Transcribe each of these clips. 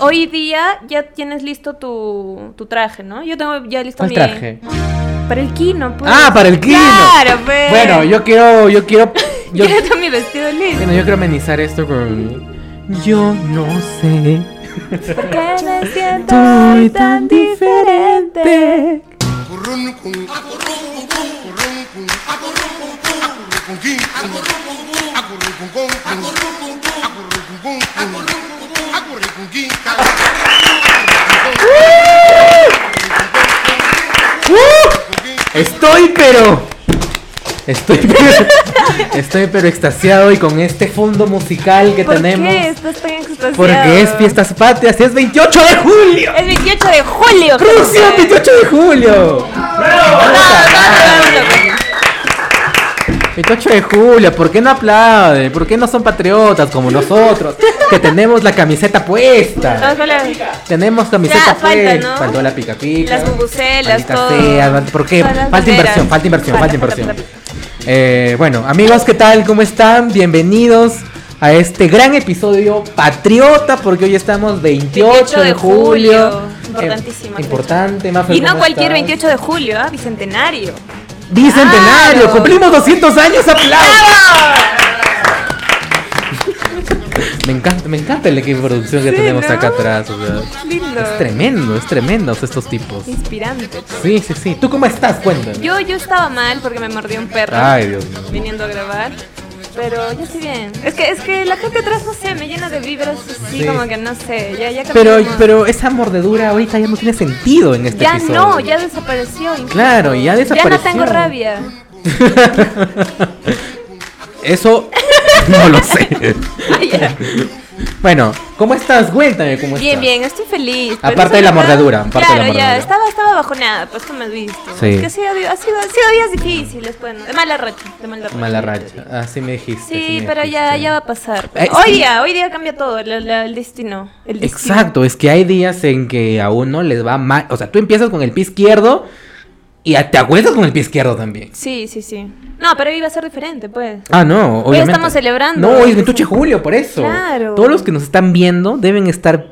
hoy día ya tienes listo tu, tu traje, ¿no? Yo tengo ya listo ¿Cuál mi traje? Para el kino, pues. Ah, para el kino. Claro, pues. Bueno, yo quiero, yo quiero, yo, Yo ya tengo mi vestido listo. bueno, yo quiero amenizar esto con. Yo no sé. Porque me siento Estoy hoy tan tan diferente. diferente. ¡Uh! Estoy pero. Estoy pero. Estoy pero extasiado y con este fondo musical que ¿Por tenemos. qué estás tan extasiado? Porque es fiestas patrias, es 28 de julio. Es 28 de julio. Rusia, gente. 28 de julio. Ah, Aplauso, aplauso. 28 de julio, ¿por qué no aplauden? ¿Por qué no son patriotas como nosotros? Que tenemos la camiseta puesta. Vamos con la- Tenemos camiseta Ya, falta, puesta. ¿no? Faltó la pica pica. Las bubucelas, todo. ¿Por qué? Todas las Falta banderas. inversión, falta inversión, falta Falta, falta, inversión. Eh, bueno, amigos, ¿qué tal? ¿Cómo están? Bienvenidos a este gran episodio patriota, porque hoy estamos 28, 28 de de julio. julio. Importantísima Eh, importante, más Y no cualquier 28 de julio, ¿ah? Bicentenario. Bicentenario, Claro. cumplimos 200 años, aplausos. Me encanta, me encanta el equipo de producción que Sí, tenemos ¿no? acá atrás. o sea, Lindo. es tremendo, es tremendo estos tipos. Inspirante. Sí, sí, sí. ¿Tú cómo estás? Cuéntame. Yo, yo estaba mal porque me mordió un perro. Ay, Dios mío. Viniendo a grabar. Pero yo estoy bien. Es que, es que la gente atrás, no sé, me llena de vibras así, Sí. como que no sé. Ya, ya Pero, cambiamos. pero esa mordedura ahorita ya no tiene sentido en este Ya episodio. no, ya desapareció. incluso. Claro, ya desapareció. Ya no tengo rabia. Eso no lo sé. Ya. Bueno, ¿cómo estás? Cuéntame cómo Bien, estás. bien, estoy feliz. Aparte de la mordedura, aparte de la claro, mordedura. ya, estaba, estaba bajoneada, pues tú me has visto. Sí. Es que ha sido, ha sido, ha sido días difíciles, bueno, de mala racha, de mala racha. Mala racha. Así me dijiste. así Sí, me pero ya, dijiste. ya va a pasar. Eh, hoy sí. día, hoy día cambia todo, la- la- el destino. El destino. Exacto, es que hay días en que a uno les va mal. O sea, tú empiezas con el pie izquierdo y a- te acuestas con el pie izquierdo también. Sí, sí, sí. No, pero hoy va a ser diferente, pues. Ah, no, obviamente. estamos celebrando. No, hoy es 28 de julio, por eso. Claro. Todos los que nos están viendo deben estar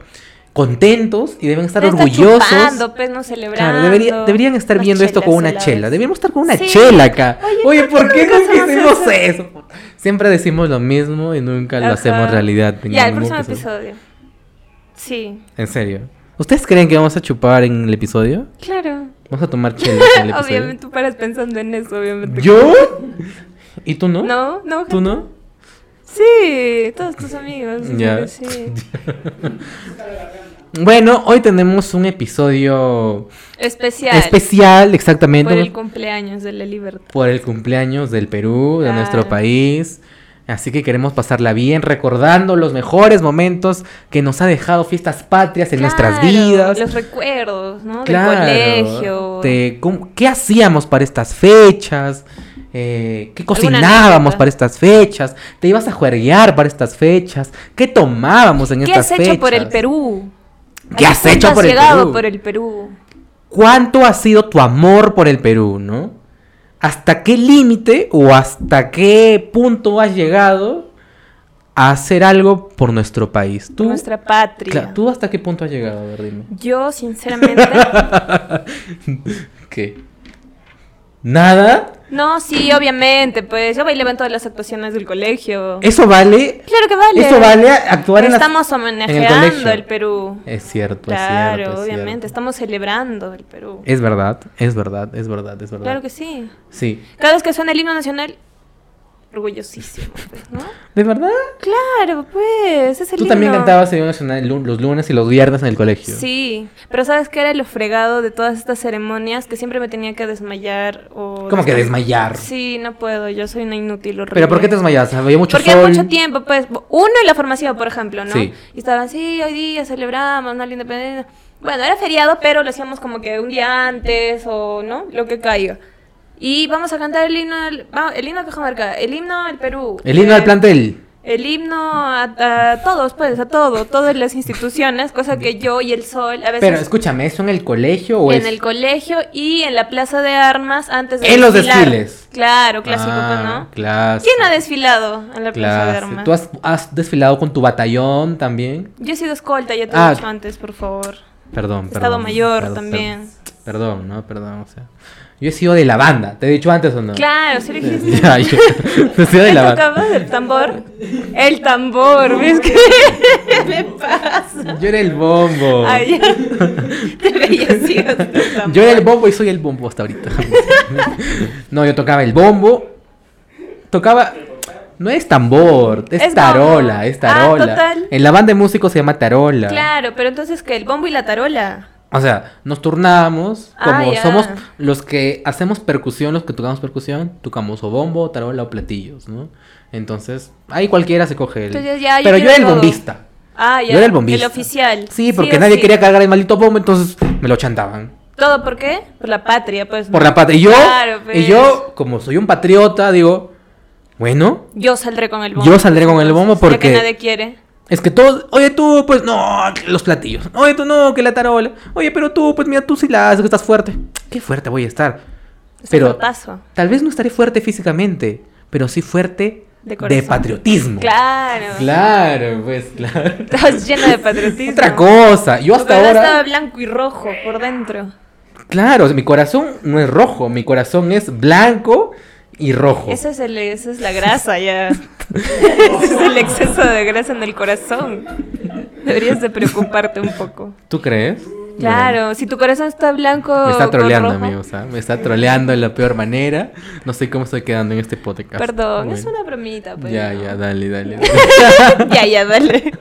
contentos y deben estar No está orgullosos. chupando, pues, no celebrando. Claro, debería- deberían estar Unas viendo esto con chelas ¿eh? una heladas. chela. Deberíamos estar con una Sí. chela acá. Oye, Oye, ¿por ¿por qué qué nunca nunca hacemos hicimos eso? Siempre decimos lo mismo y nunca lo Ajá. hacemos realidad. en Ya, el ningún próximo episodio. Sí, En serio. ¿Ustedes creen que vamos a chupar en el episodio? claro. Vamos a tomar chela en el episodio. Obviamente tú paras pensando en eso, obviamente. ¿Yo? ¿Y tú no? No, no, ¿Tú no? Sí, todos tus amigos. Ya. Sí. Bueno, hoy tenemos un episodio Especial. especial, exactamente. Por el cumpleaños de la libertad. por el cumpleaños del Perú, de Claro. nuestro país. Así que queremos pasarla bien, recordando los mejores momentos que nos ha dejado fiestas patrias en nuestras Claro, vidas. Los recuerdos, ¿no? Claro, Del colegio. de cómo- ¿Qué hacíamos para estas fechas? Eh, ¿Qué cocinábamos anécdota? para estas fechas? ¿Te ibas a juerguear para estas fechas? ¿Qué tomábamos en ¿Qué estas has fechas? hecho por el Perú? ¿Qué ¿A has punto hecho por el llegado Perú? por el Perú? ¿Cuánto ha sido tu amor por el Perú, no? ¿Hasta qué límite o hasta qué punto has llegado a hacer algo por nuestro país? Por ¿Tú, nuestra patria. Cla- ¿tú hasta qué punto has llegado? A ver, dime. Yo, sinceramente. ¿Qué? ¿Nada? no, sí, obviamente. Pues yo bailaba en todas las actuaciones del colegio. ¿Eso vale? Claro que vale. ¿Eso vale actuar en las- Estamos homenajeando colegio. el Perú. Es cierto, es Claro, cierto. es obviamente, cierto. estamos celebrando el Perú. Es verdad, es verdad, es verdad, es verdad. Claro que sí. Sí. Cada vez que suena el himno nacional, orgullosísimo, pues, ¿no? ¿De verdad? Claro, pues, es el Tú himno. también cantabas el himno nacional lu- los lunes y los viernes en el colegio. Sí, pero ¿sabes qué era lo fregado de todas estas ceremonias? Que siempre me tenía que desmayar o... Como que desmayar? desmayar. Sí, no puedo, yo soy una inútil horrible. ¿Pero por qué te desmayabas? Había mucho Porque sol. mucho tiempo, pues, uno en la formación, por ejemplo, ¿no? Sí. Y estaban, sí, hoy día celebramos, ¿no? La independencia. Bueno, era feriado, pero lo hacíamos como que un día antes o, ¿no? Lo que caiga. Y vamos a cantar el himno, al- va- el himno de Cajamarca, el himno del Perú. El himno del eh, plantel. El himno a, a todos, pues, a todo, todas las instituciones, cosa que yo y el sol a veces... Pero escúchame, ¿eso en el colegio o es...? pues, en el colegio y en la plaza de armas antes de En los desfilar. desfiles. Claro, clásico, Ah, pues, ¿no? clase, ¿Quién ha desfilado en la plaza de clase. armas? ¿Tú has, has desfilado con tu batallón también? Yo he sido escolta, ya te lo Ah. he dicho antes, por favor. Perdón, Estado perdón, mayor perdón, también. per- Perdón, ¿no? Perdón, o sea... Yo he sido de la banda, ¿te he dicho antes o no? Claro, sí lo dijiste. Ya, yo- yo he sido de ¿Qué la banda. tocabas? ¿El tambor? El tambor, ¿ves qué me pasa? Yo era el bombo. Ay, ya. Te veía así. con el tambor. Oh. Yo era el bombo y soy el bombo hasta ahorita. no, yo tocaba el bombo. Tocaba. No es tambor, es, Es bombo. tarola, es Ah, tarola. total. En la banda de músicos se llama tarola. Claro, pero entonces que el bombo y la tarola. O sea, nos turnábamos, Ah, como ya. somos los que hacemos percusión, los que tocamos percusión, tocamos o bombo, tarola o platillos, ¿no? Entonces, ahí cualquiera se coge el. Entonces ya, yo Pero yo quiero era el todo. bombista. Ah, ya. Yo era el bombista. oficial. Sí, porque o nadie sí. quería cargar el maldito bombo, entonces me lo chantaban. ¿Todo por qué? Por la patria, pues. ¿no? Por la patria. Y yo, Claro, pues. y yo, como soy un patriota, digo, bueno, Yo saldré con el bombo. Yo saldré con el bombo Entonces, ya porque- que nadie quiere. es que todos, oye tú, pues no, que los platillos, oye tú no, que la tarola, oye pero tú, pues mira tú sí la haces, que estás fuerte. Qué fuerte voy a estar. Es Pero- un paso. Tal vez no estaré fuerte físicamente, pero sí fuerte De de, corazón. patriotismo. Claro. Claro, pues claro. Estás lleno de patriotismo. Otra cosa, yo Tu hasta corazón ahora, estaba blanco y rojo por dentro. claro, o sea, mi corazón no es rojo, mi corazón es blanco y rojo. Esa es, el, esa es la grasa ya. Ese es el exceso de grasa en el corazón. Deberías de preocuparte un poco. ¿Tú crees? Claro, si tu corazón está blanco. Me está con troleando, rojo- amigos, ¿ah? Me está troleando de la peor manera. No sé cómo estoy quedando en este podcast. Perdón, es Bueno. una bromita. Pero... Ya, ya, dale, dale. ya, ya, dale.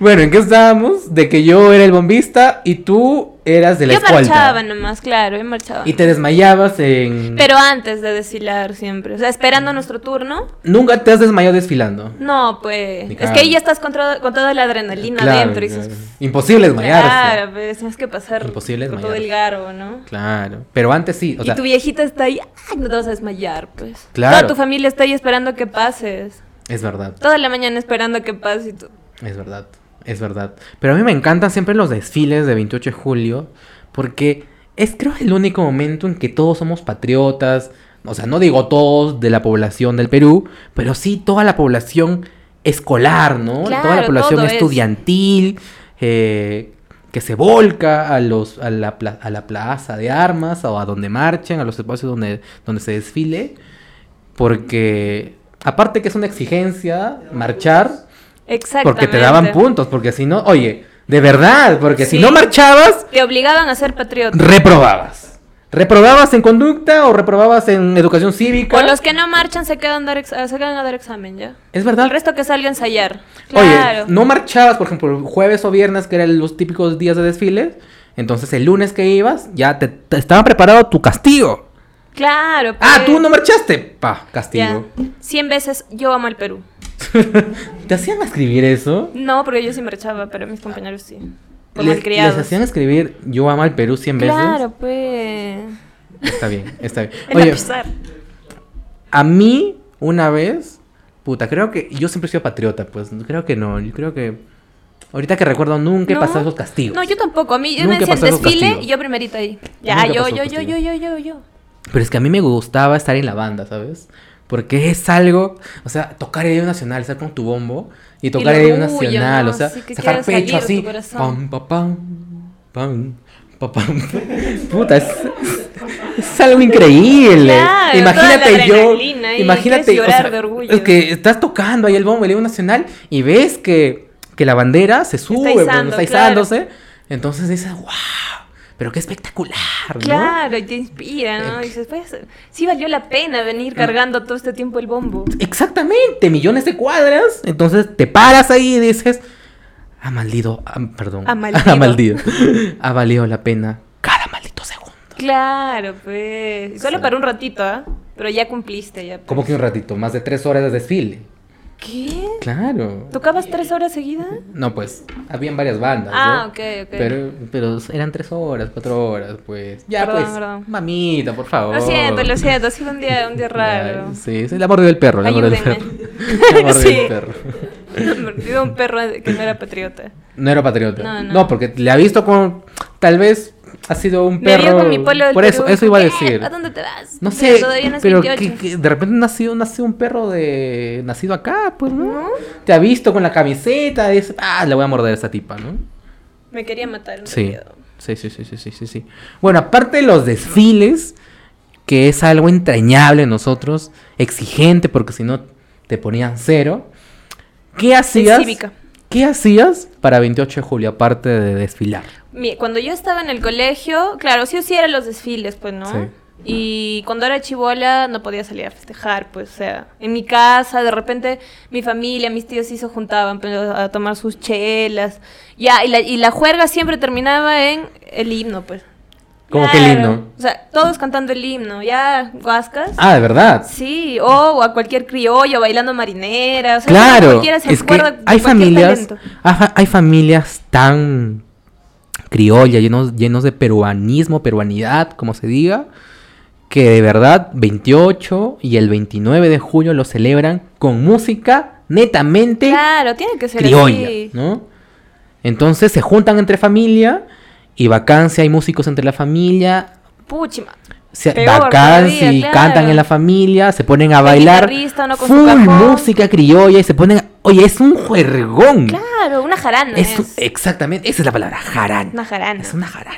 bueno, ¿en qué estábamos? De que yo era el bombista y tú eras de la Yo escolta. marchaba nomás, claro, yo marchaba. Y te desmayabas en... Pero antes de desfilar siempre. O sea, esperando nuestro turno. Nunca te has desmayado desfilando. No, pues. Ni Es que ahí cago. ya estás con, tro- con toda la adrenalina Claro, dentro. Y dices, claro. Imposible desmayarse. Claro, pues tienes que pasar Imposible por todo el garbo, ¿no? Claro. Pero antes sí, o sea... y tu viejita está ahí, ay, no te vas a desmayar, pues. Claro. Toda tu familia está ahí esperando que pases. Es verdad, Toda la mañana esperando que pases y tú. es verdad, es verdad. Pero a mí me encantan siempre los desfiles de 28 de julio porque es creo el único momento en que todos somos patriotas. O sea, no digo todos de la población del Perú, pero sí toda la población escolar, ¿no? toda la Claro, población todo es. estudiantil eh, que se volca a, los, a, la pla- a la plaza de armas o a donde marchen, a los espacios donde, donde se desfile. Porque aparte que es una exigencia marchar, Exactamente. porque te daban puntos, porque si no, oye, de verdad, porque si Sí. no marchabas, Te obligaban a ser patriota. reprobabas. Reprobabas en conducta o reprobabas en educación cívica. Con los que no marchan se quedan, dar ex- se quedan a dar examen, ¿ya? Es El verdad. resto que salga a ensayar. Oye, Claro. no marchabas, por ejemplo, jueves o viernes, que eran los típicos días de desfiles. Entonces el lunes que ibas, ya te, te estaba preparado tu castigo. Claro. Ah, pues. tú no marchaste. Pa, Ya. castigo. Cien veces yo amo el Perú. ¿Te hacían escribir eso? No, porque yo sí marchaba, pero mis compañeros sí. Como Les, el criado. les hacían escribir Yo amo al Perú 100 Claro, pues. veces. Está bien, está bien. El lapizar. A mí, una vez, puta, creo que yo siempre he sido patriota, pues creo que no, yo creo que ahorita que recuerdo nunca he No. pasado esos castigos. No, yo tampoco. A mí yo me Nunca decían pasó esos desfile castigos. y yo primerito ahí. Ya, Nunca yo, pasó yo, yo, castigo. yo, yo, yo, yo. Pero es que a mí me gustaba estar en la banda, ¿sabes? Porque es algo, o sea, tocar el himno nacional, estar con tu bombo y tocar el el himno orgullo, nacional, ¿no? o sea, Sí, que sacar quiera salir pecho tu así, corazón. pam, pa, pam, pam, pa, pam. puta, es, es algo increíble. Claro, toda imagínate la yo, adrenalina ahí, imagínate, quieres llorar de orgullo. es que estás tocando ahí el bombo, el himno nacional y ves que, que la bandera se sube, pues, izando, está claro. izándose, entonces dices, wow, pero qué espectacular, ¿no? Claro, y te inspira, ¿no? Y Eh, dices, pues, sí valió la pena Ah. venir cargando todo este tiempo el bombo. Exactamente, millones de cuadras. Entonces te paras ahí y dices, ha maldido, ah, perdón, Ha maldido. ha maldido, ha valido la pena cada maldito segundo. Claro, pues. Y Solo Sí. para un ratito, ¿ah? Pero ya cumpliste, ya. pues. Como que un ratito, más de tres horas de desfile. ¿Qué? Claro. ¿Tocabas tres horas seguidas? No, pues, habían varias bandas. Ah, ¿no? ok, ok. Pero, pero eran tres horas, cuatro horas, pues. Ya, Perdón, pues. perdón. Mamita, por favor. Lo siento, lo siento, ha sido un día, un día raro. Ya, Sí, es el amor del perro, el amor del Ayúdenme. perro. Ha mordido Sí. un perro. Mordido a un perro que no era patriota. No era patriota. No, No, no. porque le ha visto con. Tal vez ha sido un Me perro. vio con mi polo del Por eso, Perú. eso iba a ¿Qué? decir. ¿A dónde te vas? No sé, Todavía no es pero 28. que- que de repente nació, nació un perro de nacido acá, pues, ¿no? ¿No? Te ha visto con la camiseta, dice, ah, le voy a morder a esta tipa, ¿no? Me quería matar. en Sí. realidad. Sí, sí, sí, sí, sí, sí, sí. Bueno, aparte de los desfiles, que es algo entrañable en nosotros, exigente, porque si no te ponían cero. ¿Qué hacías? cívica. ¿Qué hacías para 28 de julio, aparte de desfilar? Mi- Cuando yo estaba en el colegio, claro, sí o sí eran los desfiles, pues, ¿no? Sí. Y cuando era chivola no podía salir a festejar, pues, o sea, en mi casa, de repente mi familia, mis tíos sí se juntaban pero a tomar sus chelas. Ya, y la, y la juerga siempre terminaba en el himno, pues. ¿Cómo que el himno? O sea, todos cantando el himno, ya, guascas. Ah, de verdad. Sí, o a cualquier criollo bailando marinera. o sea, Claro, cualquiera se es que acuerda de hay cualquier familias, talento. ajá, hay familias tan criollas, llenos, llenos de peruanismo, peruanidad, como se diga, que de verdad 28 y el 29 de julio lo celebran con música netamente Claro, tiene que ser criolla, así. ¿no? Entonces se juntan entre familia y vacancia, hay músicos entre la familia, Puchima. se Peor vacan- todavía, y claro. cantan en la familia, se ponen a El bailar guitarrista, uno con su full cajón. música criolla y se ponen, a- oye, es un juergón. Claro, una jarana Mm. Es es. un- exactamente, esa es la palabra, jarana. Una jarana. Es una jarana.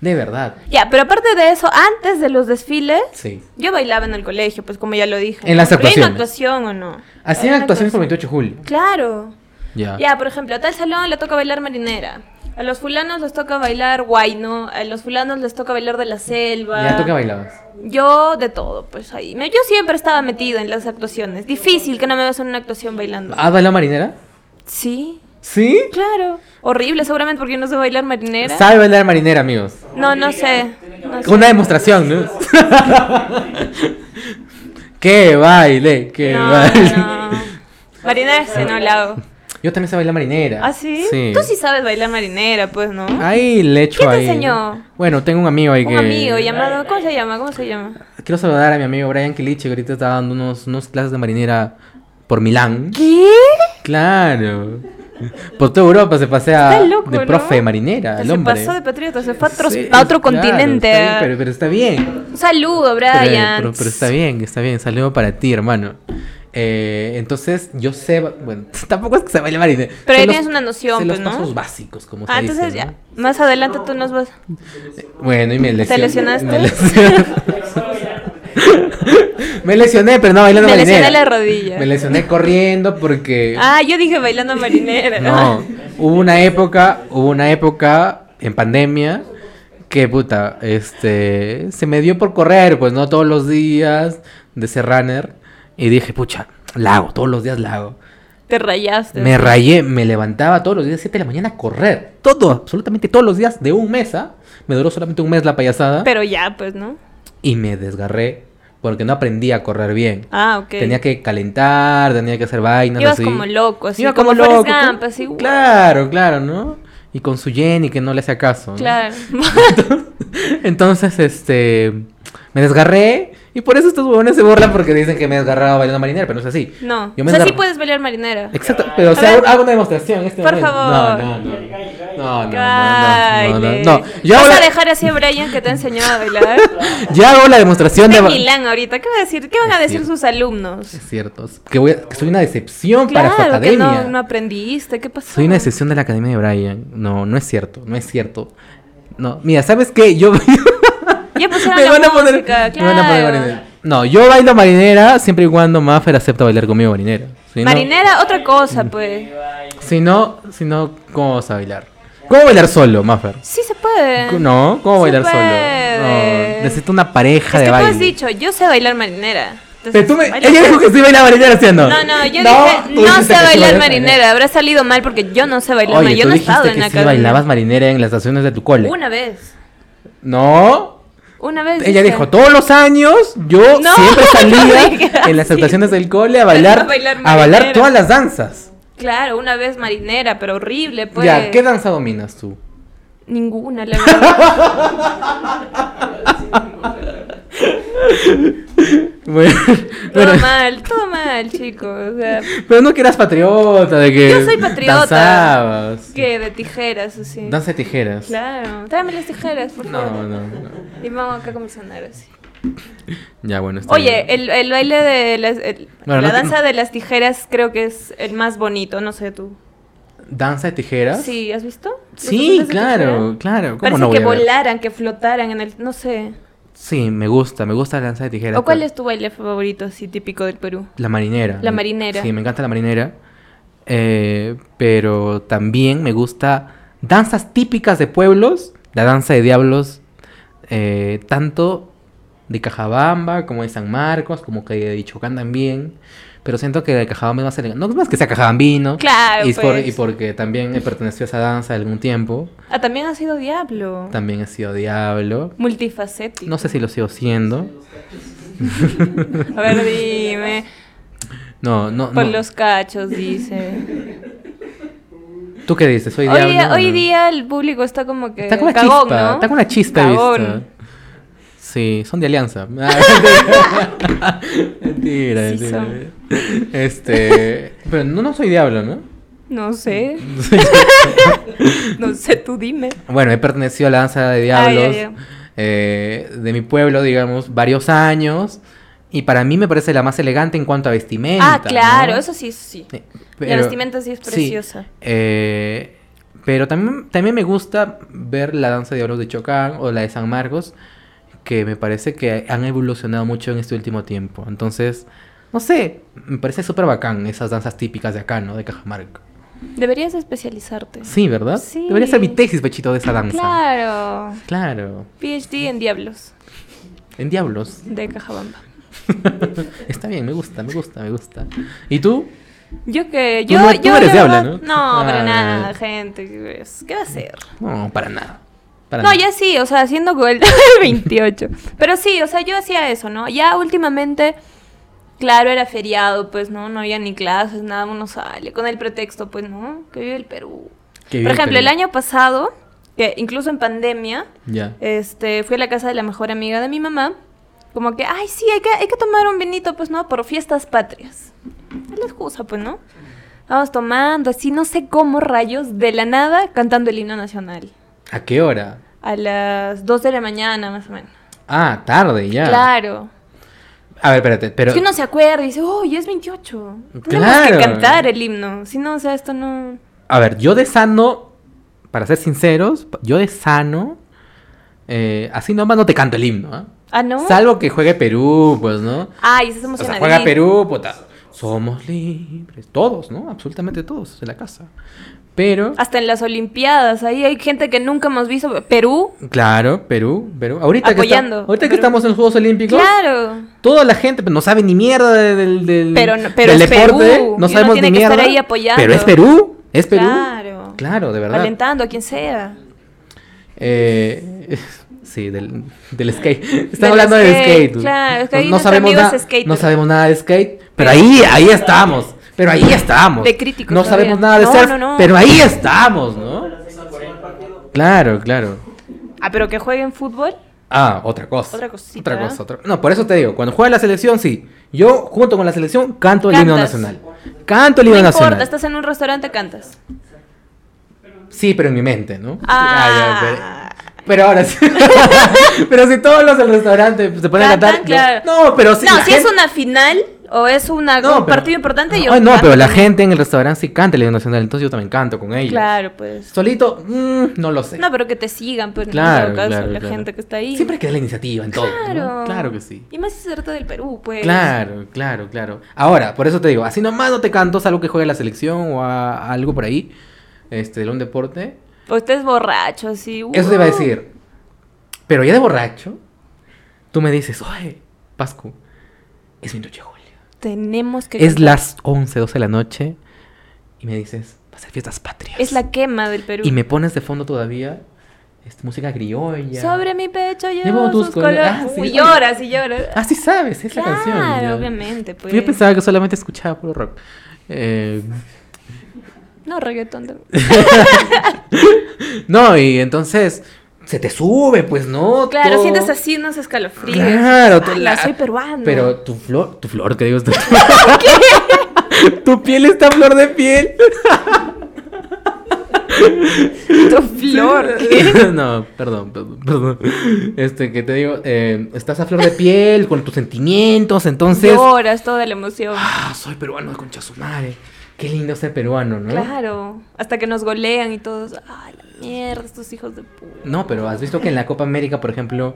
De verdad. Ya, pero aparte de eso, antes de los desfiles, Sí. yo bailaba en el colegio, pues como ya lo dije. En las Pero hay una actuaciones. actuación o no? Hacían Ah. Hay una actuaciones actuación. por 28 de julio. Claro. Ya. Ya, por ejemplo, a tal salón le toca bailar marinera. A los fulanos les toca bailar guayno. A los fulanos les toca bailar de la selva. Ya tú que bailabas. Yo de todo, pues ahí. Me- Yo siempre estaba metida en las actuaciones. Difícil que no me veas en una actuación bailando. ¿Has bailado marinera? Sí, ¿Sí? claro. Horrible, seguramente porque yo no sé bailar marinera. Sabe bailar marinera, amigos. No, no sé. no sé. Una demostración, ¿no? que baile, que No, baile. no. Marinera sí, no la hago. Yo también sé bailar marinera. ¿Ah, sí? Tú sí sabes bailar marinera, pues, ¿no? Ahí le echo ¿Quién te ahí. enseñó? Bueno, tengo un amigo ahí Un Ah, que. amigo llamado... ¿Cómo se llama? ¿Cómo se llama? Quiero saludar a mi amigo Brian Kilich, que ahorita está dando unos, unos clases de marinera por Milán. ¿Qué? Claro. Por toda Europa se pasea Está loco, de ¿no? Pues profe de marinera, el Se hombre. pasó de patriota, se fue a otro, Sí, a otro claro, continente. está bien, pero, pero está bien. Un saludo, Pero, eh, Brian. pero- pero está bien, está bien. Saludo para ti, hermano. Eh, entonces, yo sé. ba- Bueno, tampoco es que se baile marinera. Pero sé ahí los- tienes una noción, sé pues, los ¿no? pasos básicos, como se Ah, entonces dice, ya. ¿no? Más adelante tú nos vas... Bueno, y me lesioné. lesionaste? Me lesioné, Me lesioné, pero no bailando Me lesioné la marinera. rodilla. Me lesioné corriendo porque... Ah, yo dije bailando marinera. No, hubo una época, hubo una época en pandemia que puta, este, se me dio por correr, pues no todos los días de ser runner y dije, pucha, la hago, todos los días la hago. Te rayaste. Me rayé, me levantaba todos los días 7 de la mañana a correr, todo, absolutamente todos los días de un mes, ¿ah? Me duró solamente un mes la payasada Pero ya, pues, ¿no? y me desgarré porque no aprendí a correr bien. Ah, ok. Tenía que calentar, tenía que hacer vainas Ibas así. como loco, así, Iba como Forrest loco, Gump, con- así, wow. Claro, claro, ¿no? Y con su Jenny que no le hacía caso. ¿no? Claro. Entonces, este, me desgarré y por eso estos huevones se burlan porque dicen que me he desgarrado bailando marinera, pero no es así. No. Yo O me sea, sí desgar- puedes bailar marinera. Exacto, pero o A sea, ver. hago una demostración en este Por momento. favor. No, no, no. No, no, no, no, no, Ay, no. le- Yo ¿Vas hago, a la, dejar así a Brian que te ha enseñado a bailar? yo hago la demostración Está de... en ba- Milán ahorita. ¿Qué, va a decir? ¿Qué van a decir sus alumnos? Es cierto, es que, voy a- que soy una decepción para su Claro, que academia. no, no aprendiste. ¿Qué pasó? Soy una excepción de la Academia de Brian. No, no es cierto, no es cierto. No, mira, ¿sabes qué? Yo Ya pusieron me la van a poner, música, me van a poner claro. marinera. No, yo bailo marinera siempre y cuando Maffer acepta bailar conmigo marinera. Si no- Mm. Marinera, otra cosa, pues. si no, si no, ¿cómo vas a bailar? ¿Cómo bailar solo, Maffer? Sí se puede. No, ¿cómo Se bailar solo? puede. No, necesito una pareja Es de que tú baile. has dicho, yo sé bailar marinera. Entonces, Pero tú me- baila. ella dijo que sí baila marinera, ¿sí o no? No, no, yo dije, tú no dijiste sé que sí bailar bailas marinera. Habrá salido mal porque yo no sé bailar Oye, marinera. Yo tú no he estado en dijiste que la sí academia. bailabas marinera en las estaciones de tu cole. Una vez. No. Una vez. Ella dije. dijo, todos los años yo No, siempre no salía digas en las así. actuaciones del cole a bailar, A bailar a bailar marinera. todas las danzas. Claro, una vez marinera, pero horrible, pues. Ya, ¿qué danza dominas tú? Ninguna, la verdad. Bueno, Todo bueno, mal, todo mal, chicos. O sea, pero no que eras patriota, de que Yo soy patriota. danzabas. que de tijeras, así. Danza de tijeras. Claro. Tráeme las tijeras, por No, favor. no, no. Y vamos acá a convulsionar así. Ya, bueno, está bien. Oye, el, el baile de las, el- Bueno, la no te- danza de las tijeras creo que es el más bonito, no sé tú. ¿Danza de tijeras? Sí, ¿has visto? ¿Los Sí, hombres de claro, tijera? claro. ¿Cómo Parece no voy que a ver? volaran, que flotaran en el, no sé. Sí, me gusta, me gusta la danza de tijeras. ¿O cuál pero- es tu baile favorito así típico del Perú? La marinera. La marinera. Sí, me encanta la marinera. Eh, pero también me gusta danzas típicas de pueblos. La danza de diablos. eh, tanto de Cajabamba como de San Marcos, como que de Ichocán también. Pero siento que la de Cajabamba es más elegante. No es más que sea cajabambino. Claro, Y, es por- pues. y porque también he pertenecido a esa danza algún tiempo. Ah, también ha sido Diablo. También he sido diablo. Multifacético. No sé si lo sigo siendo. A ver, dime. No, no. Por no. los cachos, dice. ¿Tú qué dices? ¿Soy Hoy diablo? día, o hoy no? día el público está como que. Está con una cagón, chispa, ¿no? está con una chispa Cagón. esta. Sí, son de alianza. Ah, mentira, Sí mentira. son. Este, pero no, no soy diablo, ¿no? No sé. No sé, tú dime. Bueno, he pertenecido a la danza de diablos Ah, ya, ya. eh, de mi pueblo, digamos, varios años. Y para mí me parece la más elegante en cuanto a vestimenta. Ah, claro, ¿no? eso sí, eso sí. Eh, La pero- vestimenta sí es preciosa. Eh, pero también, también me gusta ver la danza de diablos de Chocán o la de San Marcos, que me parece que han evolucionado mucho en este último tiempo. Entonces, no sé, me parece súper bacán esas danzas típicas de acá, ¿no? De Cajamarca. Deberías especializarte. Sí, ¿verdad? Sí. Debería ser mi tesis, Pechito, de esa danza. Claro. Claro. PhD en diablos En diablos. de Cajabamba. Está bien, me gusta, me gusta, me gusta. ¿Y tú? Yo que Tú yo no- tú yo no eres la diabla, verdad- ¿no? No, para Ah. nada, gente. ¿Qué va a ser? No, para nada. Para No, nada. ya sí, o sea, haciendo gol 28. Pero sí, o sea, yo hacía eso, ¿no? Ya últimamente, claro, era feriado, pues, ¿no? No había ni clases, nada, uno sale con el pretexto, pues, ¿no? Que vive el Perú. Por Que bien, ejemplo, pero- el año pasado, que incluso en pandemia, Ya. este, fui a la casa de la mejor amiga de mi mamá. Como que, ay, sí, hay que, hay que tomar un vinito, pues, ¿no? Por fiestas patrias. Es la excusa, pues, ¿no? Vamos tomando, así, no sé cómo rayos, de la nada, cantando el himno nacional. ¿A qué hora? A las 2 de la mañana, más o menos. Ah, tarde ya. Claro. A ver, espérate, pero... Si uno se acuerda y dice, oh, ya es 28. Tenemos que Claro. cantar el himno. Si no, o sea, esto no. A ver, yo de sano, para ser sinceros, yo de sano, eh, así nomás no te canto el himno, ¿ah? Ah, no. Salvo que juegue Perú, pues, ¿no? Ay, estás O sea, emocionadito. juega Perú, puta. Somos libres. Todos, ¿no? Absolutamente todos de la casa. Pero, Hasta en las Olimpiadas, ahí hay gente que nunca hemos visto. Perú. claro, Perú, Perú. Ahorita, que, Apoyando esta- ahorita a que Perú. estamos en los Juegos Olímpicos, Claro. toda la gente pues, no sabe ni mierda de- del, del- Pero no- pero del es deporte. ¿eh? Perú, y uno No sabemos tiene ni que estar mierda. ahí apoyando. Pero es Perú, es Perú. Claro. Claro, de verdad. Alentando a quien sea. Eh, sí, del, del skate. Estamos Del hablando del skate, skate. dude. claro, es que ahí no, nuestro sabemos amigo es nada, skater. no sabemos nada de skate, pero ahí, ahí estamos. Pero ahí estamos. De críticos No todavía. sabemos nada de No, surf, no, no. pero ahí estamos, ¿no? Claro, claro. Ah, pero que jueguen fútbol. Ah, otra cosa. Otra cosita. Otra cosa, otra- No, por eso te digo, cuando juega la selección, sí. Yo, junto con la selección, canto el himno Cantas. nacional. Canto el No himno importa, nacional. estás en un restaurante, cantas. Sí, pero en mi mente, ¿no? Ah. ya, pero, pero ahora sí. pero si todos los del restaurante se ponen Cantan, a cantar. claro. No, no, pero sí. no, la si es gente- una final o es una, No, un pero- partido importante, yo. Ay, no, canto pero la también. gente en el restaurante sí canta el himno nacional, entonces yo también canto con ellos. Claro, pues. Solito, mm, no lo sé. No, pero que te sigan, pues, Claro, en todo caso, claro, la claro. gente que está ahí. Siempre hay que dar la iniciativa en todo. ¿no? Claro. Claro que sí. Y más si se trata del Perú, pues. Claro, claro, claro. Ahora, por eso te digo, así nomás no te canto, salvo que juegue la selección o a- algo por ahí, este, de un deporte. O estés borracho, así. uh. Eso te iba a decir. Pero ya de borracho, tú me dices, oye, Pascu, es 28 de julio. Tenemos que. Es las 11, 12 de la noche. Y me dices, va a ser fiestas patrias. Es la quema del Perú. Y me pones de fondo todavía este, música criolla. Sobre mi pecho llevo, Llevo tus tus colores. colores. Ah, sí, Uy, oye. lloras y lloras. Ah, sí sabes, es la canción. Claro, ya. obviamente, pues. Yo pensaba que solamente escuchaba puro rock. Eh, No, reggaetón. también. no, y entonces se te sube, pues no. Claro, Todo- sientes así unos escalofríos. Claro, te Ala, la- soy peruano. Pero tu flor, tu flor, que digo, tu, tu piel está flor de piel. Tu flor. ¿qué? No, perdón, perdón, perdón. Este, que te digo, eh, estás a flor de piel con tus sentimientos, entonces. Lloras toda la emoción. Ah, soy peruano de concha su madre. Qué lindo ser peruano, ¿no? Claro. Hasta que nos golean y todos. Ay, la mierda, estos hijos de puta. No, pero has visto que en la Copa América, por ejemplo,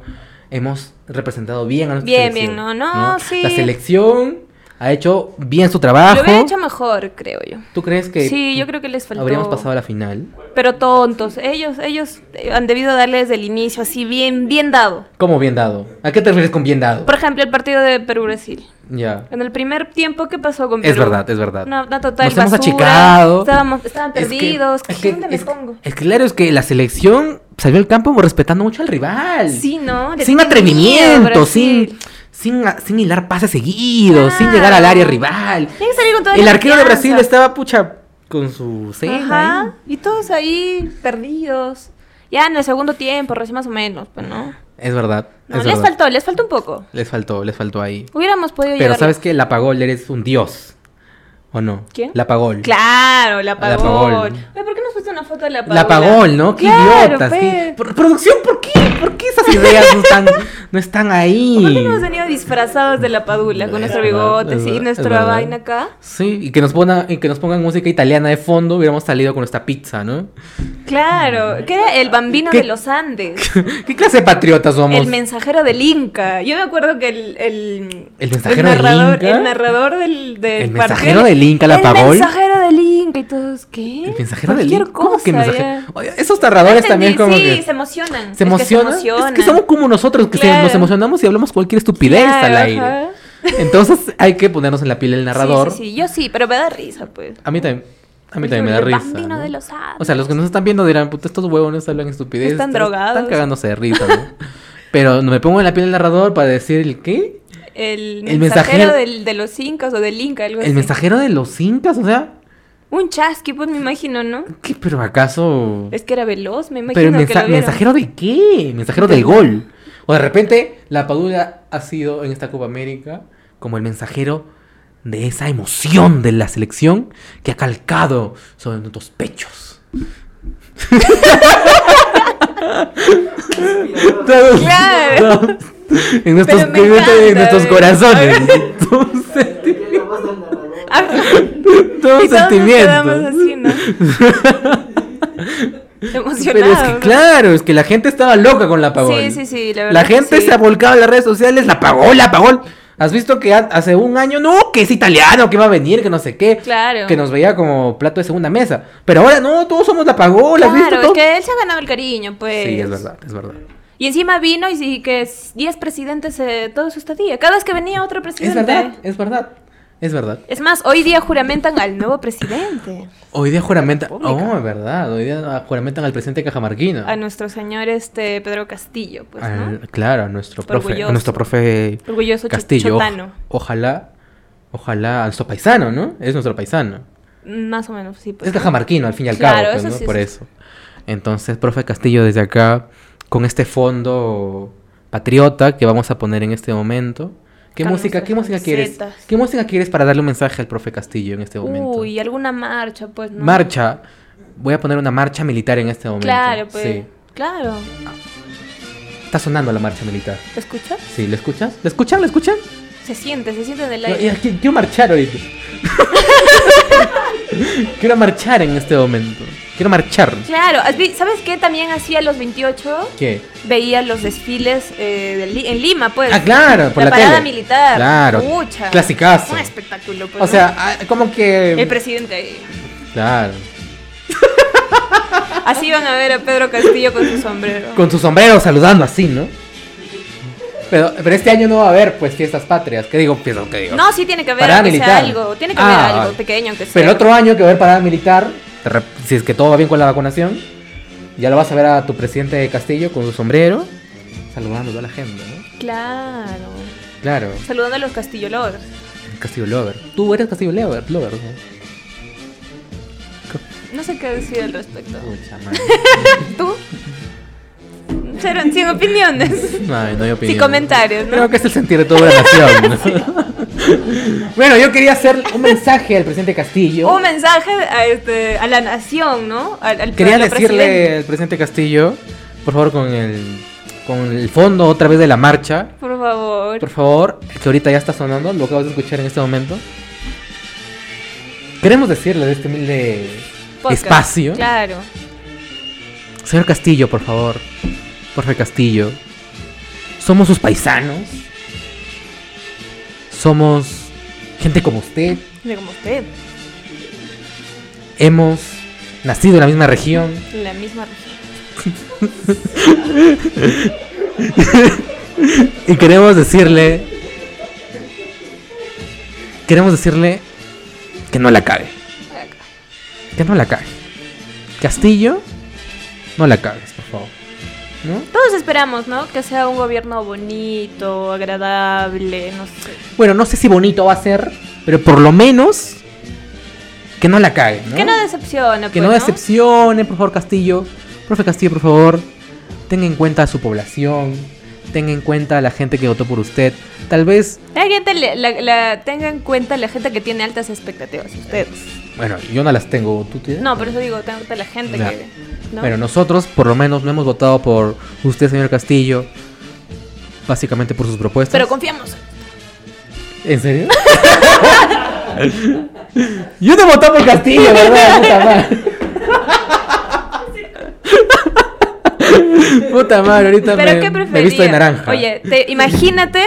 hemos representado bien a nuestra Bien, selección, bien, no, no, sí. La selección ha hecho bien su trabajo. Lo hubiera hecho mejor, creo yo. ¿Tú crees que pues Sí, yo creo que les faltó. habríamos pasado a la final? Pero tontos. Ellos, ellos eh, han debido darle desde el inicio, así bien, bien dado. ¿Cómo bien dado? ¿A qué te refieres con bien dado? Por ejemplo, el partido de Perú-Brasil. Ya. En el primer tiempo, ¿qué pasó con Perú? Es verdad, es verdad. Una, una total Nos hemos basura, achicado. Estábamos, estaban Es que- perdidos. es que- ¿Dónde me es- pongo? es que claro es que la selección salió al campo respetando mucho al rival. Sí, ¿no? Le sin tiene miedo, atrevimiento, Brasil. sin, sin, sin hilar pases seguidos, sin llegar al Claro. área rival. Tiene que salir con toda El la arquero de confianza. Brasil estaba, pucha, con su cena. Ajá. Y todos ahí, perdidos. Ya en el segundo tiempo, recién más o menos, pues no. ahí. Es verdad. No, es les verdad. faltó, les faltó un poco. Les faltó, les faltó ahí. Hubiéramos podido Pero llegar. sabes que la Pagol eres un dios. ¿O no? ¿Quién? La Pagol. Claro, la La apagón. Pagol. Oye, ¿por qué nos puso una foto de la apagón? La Pagol, ¿no? Qué claro, pues. idiotas. pe. qué- Pro- Producción, ¿por qué? ¿Por qué esas ideas no están, no están ahí? ¿Por qué no hemos venido disfrazados de la padula con Es nuestro verdad, bigote es y verdad, es nuestra verdad. vaina acá? Sí, y que nos pongan, y que nos pongan música italiana de fondo, hubiéramos salido con nuestra pizza, ¿no? Claro, que era el bambino ¿Qué? de los Andes, ¿Qué clase de patriotas somos? el mensajero del Inca. Yo me acuerdo que el. El, ¿El mensajero del narrador, Inca? El narrador del. del ¿El partido- mensajero del Inca, la el Pagol? mensajero del Inca y todos, ¿qué? El mensajero del Cualquier ¿Cómo que cosa, mensaje- ya. Oye, Esos narradores también Entendí, como sí, que se emocionan. se emocionan. Es que, se Es emocionan. que somos como nosotros, que se- Claro. nos emocionamos y hablamos cualquier estupidez Claro, al aire. ajá. Entonces hay que ponernos en la piel del narrador. Sí, sí, sí, yo sí, pero me da risa, pues. A mí también, a mí Porque también me da el risa. bambino ¿no? de los Andes. O sea, los que nos están viendo dirán, puta, estos huevones hablan estupidez. Están drogados. Están cagándose de risa, ¿no? Pero me pongo en la piel del narrador para decir el qué? El, El mensajero mensajero- del- de los incas o del inca, algo El así. mensajero de los incas, o sea, Un chasqui, pues me imagino, ¿no? ¿qué? Pero acaso. Es que era veloz, me imagino Pero el que mensa- lo vieron. mensajero de qué? Mensajero del gol. O de repente, la Padula ha sido en esta Copa América como el mensajero de esa emoción de la selección que ha calcado sobre nuestros pechos. Todos- Claro. todos- en nuestros, Pero me en nuestros- en encanta, nuestros eh. corazones. Todo un senti- Ah, todo un y todos nos sentimiento. quedamos así, ¿no? Emocionados. Pero es que, claro, es que la gente estaba loca con la Pagol. Sí, sí, sí, la verdad que gente sí. se ha volcado en las redes sociales, la Pagol, la Pagol. ¿Has visto que ha- hace un año, no, que es italiano, que va a venir, que no sé qué? Claro. Que nos veía como plato de segunda mesa. Pero ahora no, todos somos la Pagol, ¿has visto? Claro, es Todo- que él se ha ganado el cariño, pues. Sí, es verdad, es verdad. Y encima vino y, sí que es 10 presidentes eh, todo su estadía. Cada vez que venía otro Es presidente. verdad, es verdad, es verdad. Es más, hoy día juramentan al nuevo presidente, Hoy día juramenta... República. Oh, es verdad, hoy día juramentan al presidente cajamarquino. a nuestro señor este Pedro Castillo, Ah, pues, ¿no? Al- Claro, a nuestro profe, Orgulloso. a nuestro profe Orgulloso cho- Castillo. chotano. Ojalá, ojalá, a nuestro paisano, ¿no? Es nuestro paisano. Más o menos, sí. pues. Es cajamarquino, al fin y al Claro, cabo, pues, eso ¿no? sí, por sí, eso. Entonces, profe Castillo, desde acá, con este fondo patriota que vamos a poner en este momento. ¿Qué Con música, qué nuestras música quieres? camisetas. ¿Qué música quieres para darle un mensaje al profe Castillo en este momento? Uy, alguna marcha, pues, ¿no? Marcha. Voy a poner una marcha militar en este momento. Claro, pues. Sí. Claro. Está sonando la marcha militar. ¿Lo escuchas? Sí, ¿le escuchas? ¿Le escuchan? ¿Le escuchan? Se siente, se siente en el Yo, aire. yo- quiero marchar ahorita. quiero marchar en este momento. Quiero marchar. Claro, has vi- ¿sabes qué también hacía a los 28? ¿Qué? Veía los desfiles eh, de Li- en Lima, pues. Ah, claro, por la, parada tele. militar. Claro. Mucha. Clasicazo. Un espectáculo, pues. ¿no? O sea, ah, como que. El presidente ahí. Claro. Así van a ver a Pedro Castillo con su sombrero. Con su sombrero saludando así, ¿no? Pero, pero este año no va a haber, pues, fiestas patrias. ¿Qué digo? Fiestas, ¿qué digo? No, sí tiene que haber Parada aunque sea militar. algo. Tiene que haber Ah, algo pequeño, aunque sea. Pero el otro año que va a haber parada militar, te rep- si es que todo va bien con la vacunación, ya lo vas a ver a tu presidente de Castillo con su sombrero, saludando a la gente, ¿no? Claro. Claro, Saludando a los Castillo lovers. Castillo Lover. Tú eres Castillo Lover, Lover, ¿no? No sé qué decir al respecto. Pucha madre. ¿Tú? escucharon 100 opiniones. No, no hay opinión. comentarios, ¿no? Creo que es el sentir de toda la nación. ¿no? bueno, yo quería hacer un mensaje al presidente Castillo. Un mensaje a, este, a la nación, ¿no? Al, al- Quería al decirle presidente. al presidente Castillo, por favor, con el, con el fondo otra vez de la marcha. Por favor. Por favor, que ahorita ya está sonando, lo acabas de escuchar en este momento. Queremos decirle de este humilde Podcast. espacio. Claro. Señor Castillo, por favor. Profe Castillo. Somos sus paisanos. Somos gente como usted. Mira como usted, Hemos nacido en la misma región. la misma región. Y queremos decirle. Queremos decirle que no la cague. Que no la cague. Castillo, no la cagues, por favor. ¿No? Todos esperamos, ¿no? Que sea un gobierno bonito, agradable, no sé. Bueno, no sé si bonito va a ser, pero por lo menos que no la cague. ¿no? Que no decepcione, Que pues, no decepcione, por favor, Castillo. Profe Castillo, por favor, tenga en cuenta a su población. Tenga en cuenta a la gente que votó por usted. Tal vez, La gente le- la- la- tenga en cuenta la gente que tiene altas expectativas, ustedes. bueno, yo no las tengo. ¿Tú tienes? No, por eso digo, tenga en cuenta la gente Ya. que... ¿no? Bueno, nosotros por lo menos no hemos votado por usted, señor Castillo. Básicamente por sus propuestas. Pero confiamos. ¿En serio? Yo no voté por Castillo, ¿verdad? Puta madre. Puta madre, ahorita ¿Pero me, qué me he visto de preferías? naranja. Oye, te- imagínate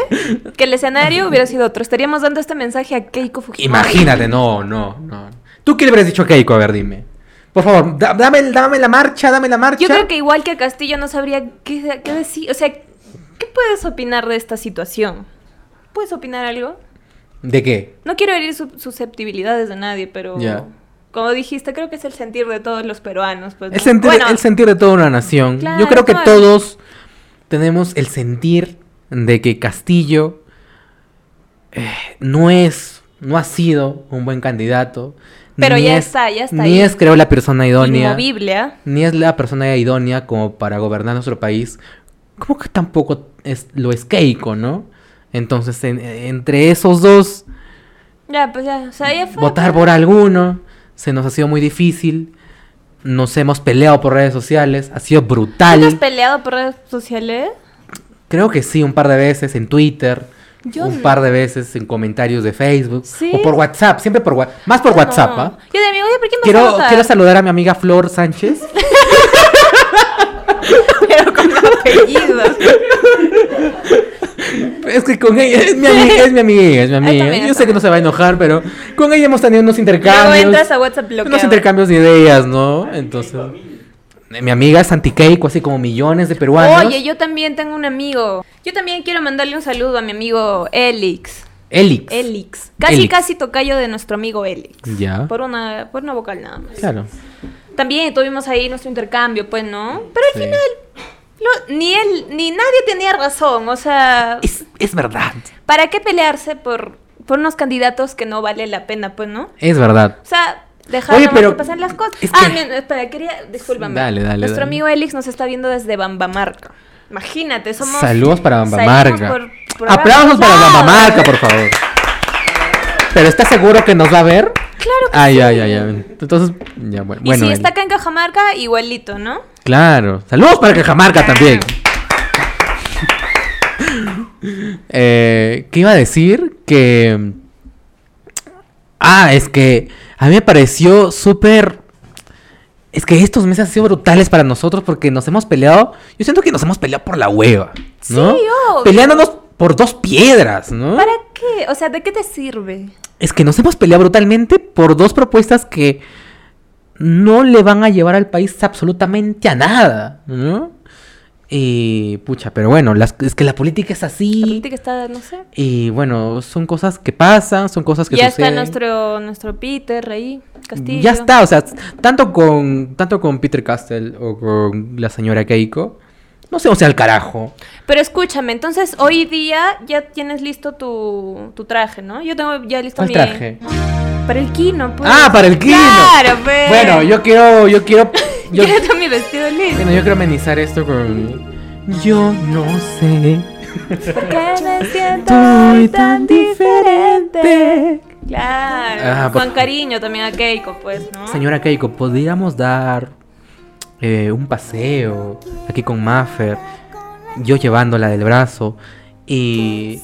que el escenario hubiera sido otro. Estaríamos dando este mensaje a Keiko Fujimori. Imagínate, no, no, no. ¿Tú qué le habrías dicho a Keiko? A ver, dime. Por favor, da- dame, dame la marcha, dame la marcha. Yo creo que igual que Castillo no sabría qué, qué decir. O sea, ¿qué puedes opinar de esta situación? ¿Puedes opinar algo? ¿De qué? No quiero herir su- susceptibilidades de nadie, pero... Ya. Como dijiste, creo que es el sentir de todos los peruanos. Pues, El ¿no? sentir, Bueno, el sentir de toda una nación. Claro, Yo creo que claro. todos tenemos el sentir de que Castillo eh, no es, no ha sido un buen candidato. Pero ni ya es- está, ya está Ni ahí. es, creo, la persona idónea. inmovible, ¿ah? Ni es la persona idónea como para gobernar nuestro país. Como que tampoco es, lo es Keiko, ¿no? Entonces, en- entre esos dos, Ya, pues ya, o sea, ya fue. votar por alguno. Se nos ha sido muy difícil. Nos hemos peleado por redes sociales. Ha sido ¿Tú te has brutal. peleado por redes sociales? Creo que sí, un par de veces en Twitter. Yo un no. par de veces en comentarios de Facebook. ¿Sí? O por WhatsApp. Siempre por WhatsApp. Más por Ah, WhatsApp, no. ¿ah? Yo de amigo, oye, ¿por qué me Quiero, vas a quiero votar? saludar a mi amiga Flor Sánchez. Pero con apellidos. es que con ella, es mi amiga, es mi amiga, es mi amiga. también, Yo sé que no se va a enojar, pero con ella hemos tenido unos Luego intercambios. entras a WhatsApp bloqueado. unos intercambios de ideas, ¿no? Entonces, eh, mi amiga es anti-Keiko, así como millones de peruanos. Oye, yo también tengo un amigo. Yo también quiero mandarle un saludo a mi amigo Elix. Elix. Elix. Casi, Elix. casi tocayo de nuestro amigo Elix. Ya. Por una, por una vocal nada más. Claro. También tuvimos ahí nuestro intercambio, pues, ¿no? Pero al Sí. final, lo- ni él, ni nadie tenía razón. O sea, Es, es verdad. ¿para qué pelearse por, por unos candidatos que no vale la pena, pues, no? Es verdad. O sea, dejar Oye, nomás pero- que pasen las cosas. es Ah, que- no, no, espera, quería, discúlpame. Dale, dale, Nuestro dale. amigo Elix nos está viendo desde Bambamarca. Imagínate, somos... Saludos para Bambamarca. salimos por Aplausos programas. para Claro. Bambamarca, por favor. Pero ¿estás seguro que nos va a ver? Claro que Ay, sí. ay, ay, ay. Entonces, ya, bueno. Y Ah, bueno, si el- ¿Ah? está acá en Cajamarca, igualito, ¿no? Claro. Saludos para Cajamarca también. Eh, ¿Qué iba a decir? Que. Ah, es que a mí me pareció súper. Es que estos meses han sido brutales para nosotros porque nos hemos peleado. Yo siento que nos hemos peleado por la hueva. ¿no? Sí, obvio. Peleándonos por dos piedras, ¿no? ¿Para qué? O sea, ¿de qué te sirve? Es que nos hemos peleado brutalmente por dos propuestas que no le van a llevar al país absolutamente a nada, ¿no? Y pucha, pero bueno, las- es que la política es La así. política está, no sé. Y bueno, son cosas que pasan, son cosas que Ya está suceden. nuestro, nuestro Peter ahí, Castillo. Ya está, o sea, tanto con tanto con Peter Castell o con la señora Keiko, no sé, o sea, al carajo. Pero escúchame, entonces hoy día ya tienes listo tu, tu traje, ¿no? Yo tengo ya listo ¿Cuál mi... traje? Para el kino, pues. Ah, para el kino. Claro, pues. Bueno, yo quiero yo quiero yo- Yo tengo mi vestido listo. Bueno, yo quiero amenizar esto con, Yo no sé. Porque me siento Soy hoy tan tan diferente. diferente. Claro. Ah, por- Con cariño también a Keiko, pues, ¿no? Señora Keiko, ¿podríamos dar eh, un paseo aquí con Maffer? Yo llevándola del brazo y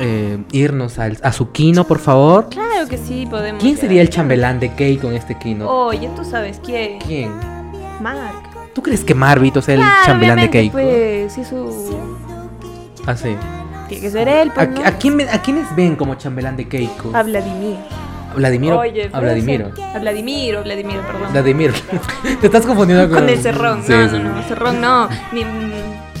eh, irnos al, a su kino, por favor. Claro que sí, podemos. ¿Quién ya. sería el chambelán de Keiko en este kino? Oye, tú sabes quién. ¿Quién? Mark. ¿Tú crees que Marvito es el Claro, chambelán de obviamente, Keiko? Pues, sí, su... Ah, sí. Tiene que ser él, ¿A, pues, ¿no? a quién, ¿A quiénes ven como chambelán de Keiko? A Vladimir. Vladimiro. Oye, a Vladimiro. pero ese- A Vladimiro, Vladimiro, perdón. Vladimir. Te estás confundiendo con, Con el cerrón. Sí, no, sí. no, no, cerrón no. Ni, mm,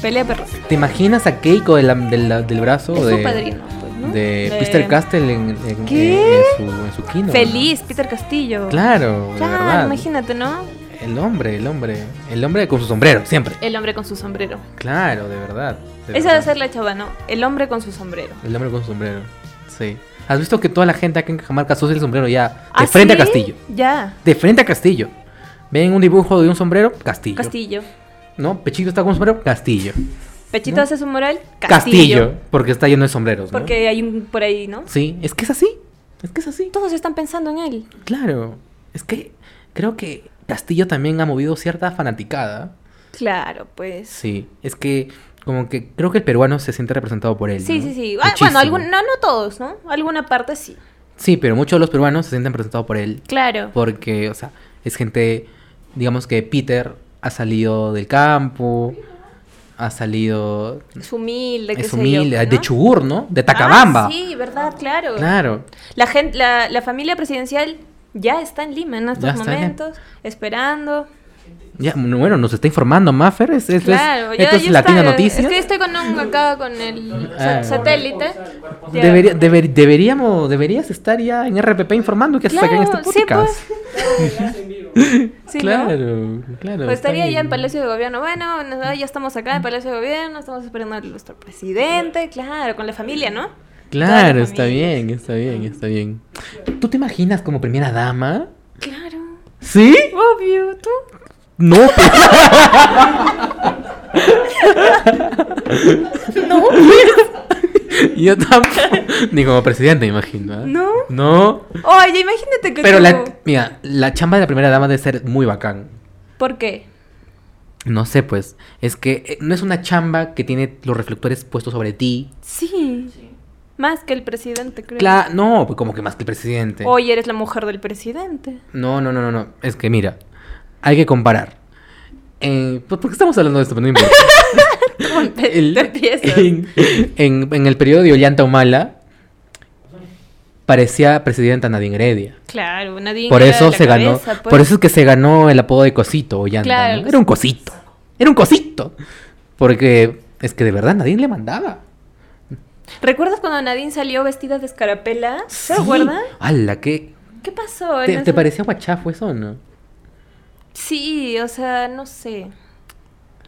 pelea perros. ¿Te imaginas a Keiko de la- de la- del brazo Es de, su padrino, pues, ¿no? de Peter Castle en, en- ¿Qué? en su, en su kino? Feliz, Peter Castillo. Claro, de Claro, verdad. imagínate, ¿no? El hombre, el hombre. El hombre con su sombrero, siempre. El hombre con su sombrero. Claro, de verdad. de Esa debe verdad. ser la chava, ¿no? El hombre con su sombrero. El hombre con su sombrero. Sí. ¿Has visto que toda la gente acá en Cajamarca asocia el sombrero ya de ¿Ah, frente sí? a Castillo? Ya. De frente a Castillo. Ven un dibujo de un sombrero, Castillo. Castillo. ¿No? Pechito está con un sombrero, Castillo. Pechito ¿No? hace su moral. Castillo. Castillo. porque está lleno de sombreros, ¿no? Porque hay un por ahí, ¿no? Sí, es que es así. Es que es así. Todos están pensando en él. Claro. Es que creo que Castillo también ha movido cierta fanaticada. Claro, pues. Sí. Es que como que creo que el peruano se siente representado por él. Sí, ¿no? sí, sí. Ah, Muchísimo. bueno, algún- no, no todos, ¿no? Alguna parte sí. Sí, pero muchos de los peruanos se sienten representados por él. Claro. Porque, o sea, es gente, digamos que Peter ha salido del campo, ha salido... Es humilde, qué es sé yo, humilde, pues, de ¿no? Chubur, ¿no? De Ah, Tacabamba. sí, verdad, claro. Claro. La, gente, la, la familia presidencial ya está en Lima en estos Ya está en Lima. momentos, esperando. Ya, bueno, nos está informando Maffer. Es, es- es- claro, ya- esto es ya Latina está. Noticias. Es que estoy con un acá con el sa- Ah. satélite. Ya. Debería- deber- deberíamos, deberías estar ya en RPP informando que haces acá en este Claro, sí, pues, podcast. Sí, ¿no? claro, claro. Pues estaría está ya en bien. Palacio de Gobierno. Bueno, nos- ah, ya estamos acá en Palacio de Gobierno, estamos esperando a nuestro presidente, claro, con la familia, ¿no? Toda Claro, la está familia. bien, está bien, está bien. ¿Tú te imaginas como primera dama? Claro, ¿Sí? obvio, tú. No. no. Yo tampoco. Ni como presidente, imagino. ¿ah? No. No. Oye, imagínate que Pero tú- la, mira, la chamba de la primera dama debe ser muy bacán. ¿Por qué? No sé, pues, es que eh, no es una chamba que tiene los reflectores puestos sobre ti. Sí. Más que el presidente, creo. Claro, no, pues como que más que el presidente. Hoy eres la mujer del presidente. No, no, no, no, no. Es que mira, hay que comparar. Eh, ¿Por por qué estamos hablando de esto? Pero no importa. Te, El- te empiezas. en, en- en el periodo de Ollanta Humala parecía presidenta Nadine Heredia. Claro, nadie. Por era eso la se ganó, cabeza, pues. por eso es que se ganó el apodo de Cosito Ollanta. Claro, ¿no? el Era un cosito. Era un cosito. Porque es que de verdad Nadine le mandaba. ¿Recuerdas cuando Nadine salió vestida de escarapela? ¿Se Sí. acuerdan? ¡Hala! ¿qué? ¿Qué pasó? en ¿Te, te ese- parecía guachafo eso o no? Sí, o sea, no sé.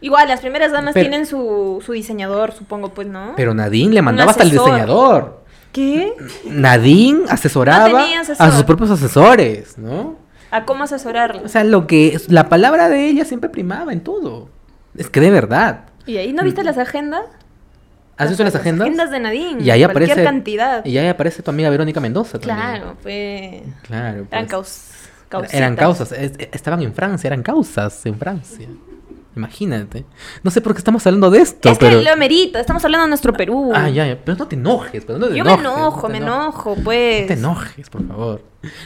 Igual, las primeras damas Pero- tienen su, su diseñador, supongo, pues, ¿no? Pero Nadine le mandaba hasta el asesor. diseñador. ¿Qué? Nadine No asesoraba tenía asesor. a sus propios asesores, ¿no? ¿A cómo asesorarla? O sea, lo que la palabra de ella siempre primaba en todo. Es que de verdad. ¿Y ahí no viste las agendas? ¿Has visto las agendas? Agendas de Nadine. y ahí cualquier aparece cantidad. Y ahí aparece tu amiga Verónica Mendoza también. Claro, pues. Claro. Eran pues. caus- Eran causitas. causas. Es- e, estaban en Francia, eran causas en Francia. Imagínate. No sé por qué estamos hablando de esto, Es pero que lo merita, estamos hablando de nuestro Perú. Ah, ya, ya. Pero no te enojes, pero no te Yo me enojes, enojo, no te me enojes. enojo, No te pues. enojes, por favor.